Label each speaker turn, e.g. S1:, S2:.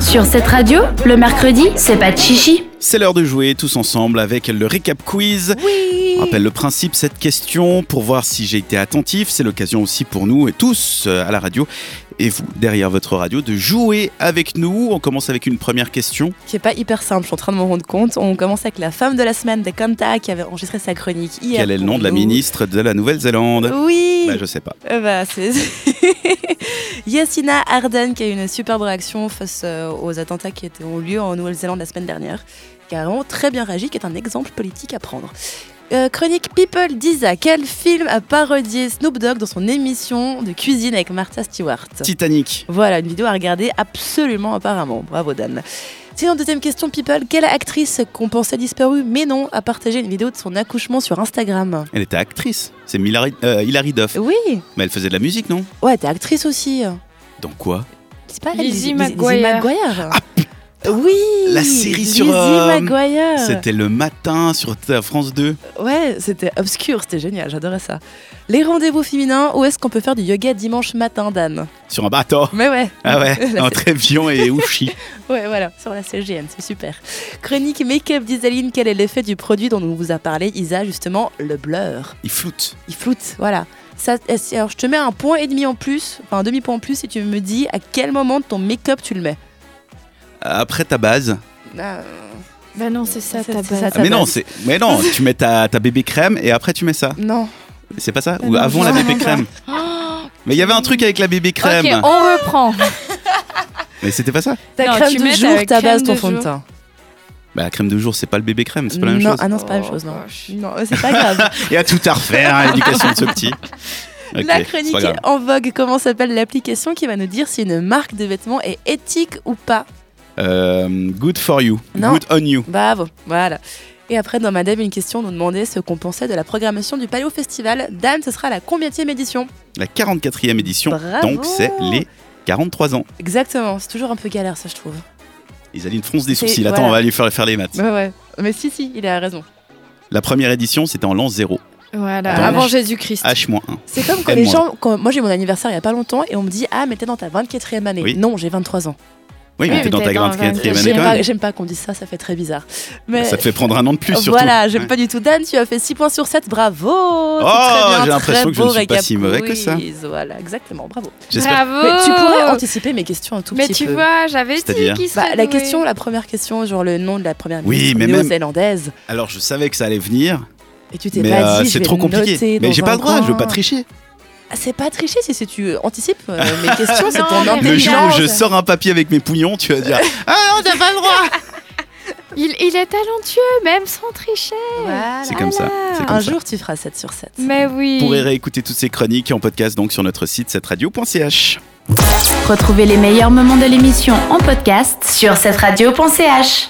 S1: Sur cette radio, le mercredi, c'est pas de chichi.
S2: C'est l'heure de jouer tous ensemble avec le récap quiz.
S1: Oui.
S2: On rappelle le principe, cette question, pour voir si j'ai été attentif, c'est l'occasion aussi pour nous et tous euh, à la radio et vous derrière votre radio de jouer avec nous. On commence avec une première question.
S3: qui est pas hyper simple, je suis en train de m'en rendre compte. On commence avec la femme de la semaine des Kanta qui avait enregistré sa chronique hier.
S2: Quel est le
S3: pour
S2: nom de la
S3: nous.
S2: ministre de la Nouvelle-Zélande
S3: Oui
S2: Bah, Je sais pas.
S3: Euh, bah, c'est... Yassina Arden qui a eu une superbe réaction face euh, aux attentats qui étaient ont lieu en Nouvelle-Zélande la semaine dernière, qui a vraiment très bien réagi, qui est un exemple politique à prendre. Euh, chronique People d'Isa, quel film a parodié Snoop Dogg dans son émission de cuisine avec Martha Stewart
S2: Titanic.
S3: Voilà, une vidéo à regarder absolument apparemment. Bravo Dan. Sinon, deuxième question, People, quelle actrice qu'on pensait disparue, mais non, a partagé une vidéo de son accouchement sur Instagram
S2: Elle était actrice. C'est Hilary, euh, Hilary Duff.
S3: Oui
S2: Mais elle faisait de la musique, non
S3: Ouais, t'es actrice aussi.
S2: Dans quoi
S3: C'est pas
S4: Lizzie
S3: Liz- Liz-
S4: McGuire.
S3: McGuire. oui
S2: Ah, La série sur,
S3: Lizzie
S2: euh,
S3: McGuire
S2: C'était le matin sur euh, France 2.
S3: Ouais, c'était obscur, c'était génial, j'adorais ça. Les rendez-vous féminins, où est-ce qu'on peut faire du yoga dimanche matin, Dan
S2: Sur un bateau.
S3: Mais ouais
S2: Ah ouais,
S3: La
S2: entre Evian et Ouchi.
S3: Ouais, voilà, sur la CGM, c'est super. Chronique Make-up d'Isaline, quel est l'effet du produit dont on vous a parlé, Isa, justement, le blur
S2: Il floute.
S3: Il floute, voilà. Ça, est-ce- alors, je te mets un point et demi en plus, enfin un demi-point en plus, si tu me dis à quel moment de ton make-up tu le mets.
S2: Après ta base.
S3: Ah, euh,
S4: Bah non, c'est ça,
S3: C'est-
S4: ta
S3: c'est
S4: base.
S3: ça,
S2: Ah, mais non,
S3: base.
S2: c'est. Mais non, tu mets ta, ta bébé crème et après tu mets ça.
S3: non.
S2: C'est pas ça
S4: Ah
S2: Ou
S4: non,
S2: avant la
S4: non,
S2: bébé
S4: non,
S2: crème Mais il y avait un truc avec la bébé crème.
S4: Ok, on reprend.
S2: Mais c'était pas ça
S3: Ta
S4: Non,
S3: crème
S4: tu
S3: de
S4: mets ta
S3: jour, ta
S4: crème
S3: base, ton
S4: de
S3: fond de
S4: jour.
S3: teint.
S2: Bah la crème de jour, c'est pas le bébé crème, c'est pas la même
S3: non,
S2: chose.
S3: Ah non, c'est pas la même
S4: Oh,
S3: chose, non.
S4: gosh.
S3: Non, euh, c'est pas grave.
S2: Il y a tout à refaire à l'éducation de ce petit. Ok,
S3: la
S2: c'est
S3: chronique
S2: pas grave.
S3: en vogue, comment s'appelle l'application qui va nous dire si une marque de vêtements est éthique ou pas
S2: Euh, good for you.
S3: Non.
S2: Good on you.
S3: Bravo, voilà. Et après, dans Madame, une question, on nous demandait ce qu'on pensait de la programmation du Paléo Festival. Dan, ce sera la combienième édition
S2: La 44e édition.
S3: Bravo.
S2: Donc c'est les 43 ans.
S3: Exactement, c'est toujours un peu galère, ça, je trouve.
S2: Ils allaient une fronce des
S3: C'est-
S2: sourcils. Attends,
S3: voilà.
S2: on va aller faire, faire les maths.
S3: Ouais, ouais. Mais si, si, il a raison.
S2: La première édition, c'était en l'an 0.
S4: Voilà,
S2: Dans
S4: avant
S2: la-
S4: Jésus-Christ.
S2: H-1.
S3: C'est comme quand
S2: Elle
S3: les
S2: mange.
S3: gens. Quand, moi, j'ai mon anniversaire il y a pas longtemps et on me dit Ah, mais t'es dans ta 24e année.
S2: Oui.
S3: Non, j'ai 23 ans.
S2: Oui, mais
S4: Oui,
S2: t'es dans
S4: mais
S2: ta
S4: t'es dans
S2: 44e année
S4: la
S3: J'aime
S2: quand même. Bah,
S3: pas, j'aime pas qu'on dise ça, ça fait très bizarre. Mais
S2: Ça te fait prendre un an de plus surtout.
S3: voilà, j'aime
S2: Ouais.
S3: pas du tout. Dan, tu as fait 6 points sur 7, bravo C'est
S2: Oh,
S3: très bien,
S2: j'ai l'impression
S3: très
S2: que je ne
S3: beau
S2: suis pas
S3: récap
S2: si mauvais que ça.
S3: quiz. Voilà, exactement, bravo.
S2: J'espère
S4: Bravo
S3: Mais tu pourrais anticiper mes questions un tout
S4: Oh. Mais
S3: petit
S4: tu
S3: peu.
S4: vois, j'avais dit
S2: C'est-à-dire
S4: qu'il serait
S3: Bah, la
S4: doué.
S3: question, la première question, genre le nom de la première
S2: Oui,
S3: ministre
S2: mais même-
S3: néo-zélandaise.
S2: Alors je savais que ça allait venir,
S3: Et tu t'es
S2: mais
S3: pas
S2: euh,
S3: dit, je
S2: c'est
S3: vais
S2: trop
S3: le
S2: compliqué.
S3: noter
S2: Mais
S3: dans
S2: j'ai pas
S3: un
S2: le droit, je veux
S3: coin.
S2: pas tricher.
S3: Ah, C'est pas tricher, c'est si tu anticipes euh, mes questions, c'est
S4: Non,
S3: ton
S4: mais
S2: Le jour où
S3: intelligence.
S2: je sors un papier avec mes pouillons, tu vas dire Ah non, t'as pas le droit
S4: Il, il est talentueux, même sans tricher.
S3: Voilà.
S2: C'est comme ça. c'est comme
S3: Un
S2: ça.
S3: jour, tu feras 7 sur 7.
S4: Mais oui.
S2: Vous pourrez réécouter toutes ces chroniques en podcast donc sur notre site cetteradio.ch.
S1: Retrouvez les meilleurs moments de l'émission en podcast sur cette radio.ch.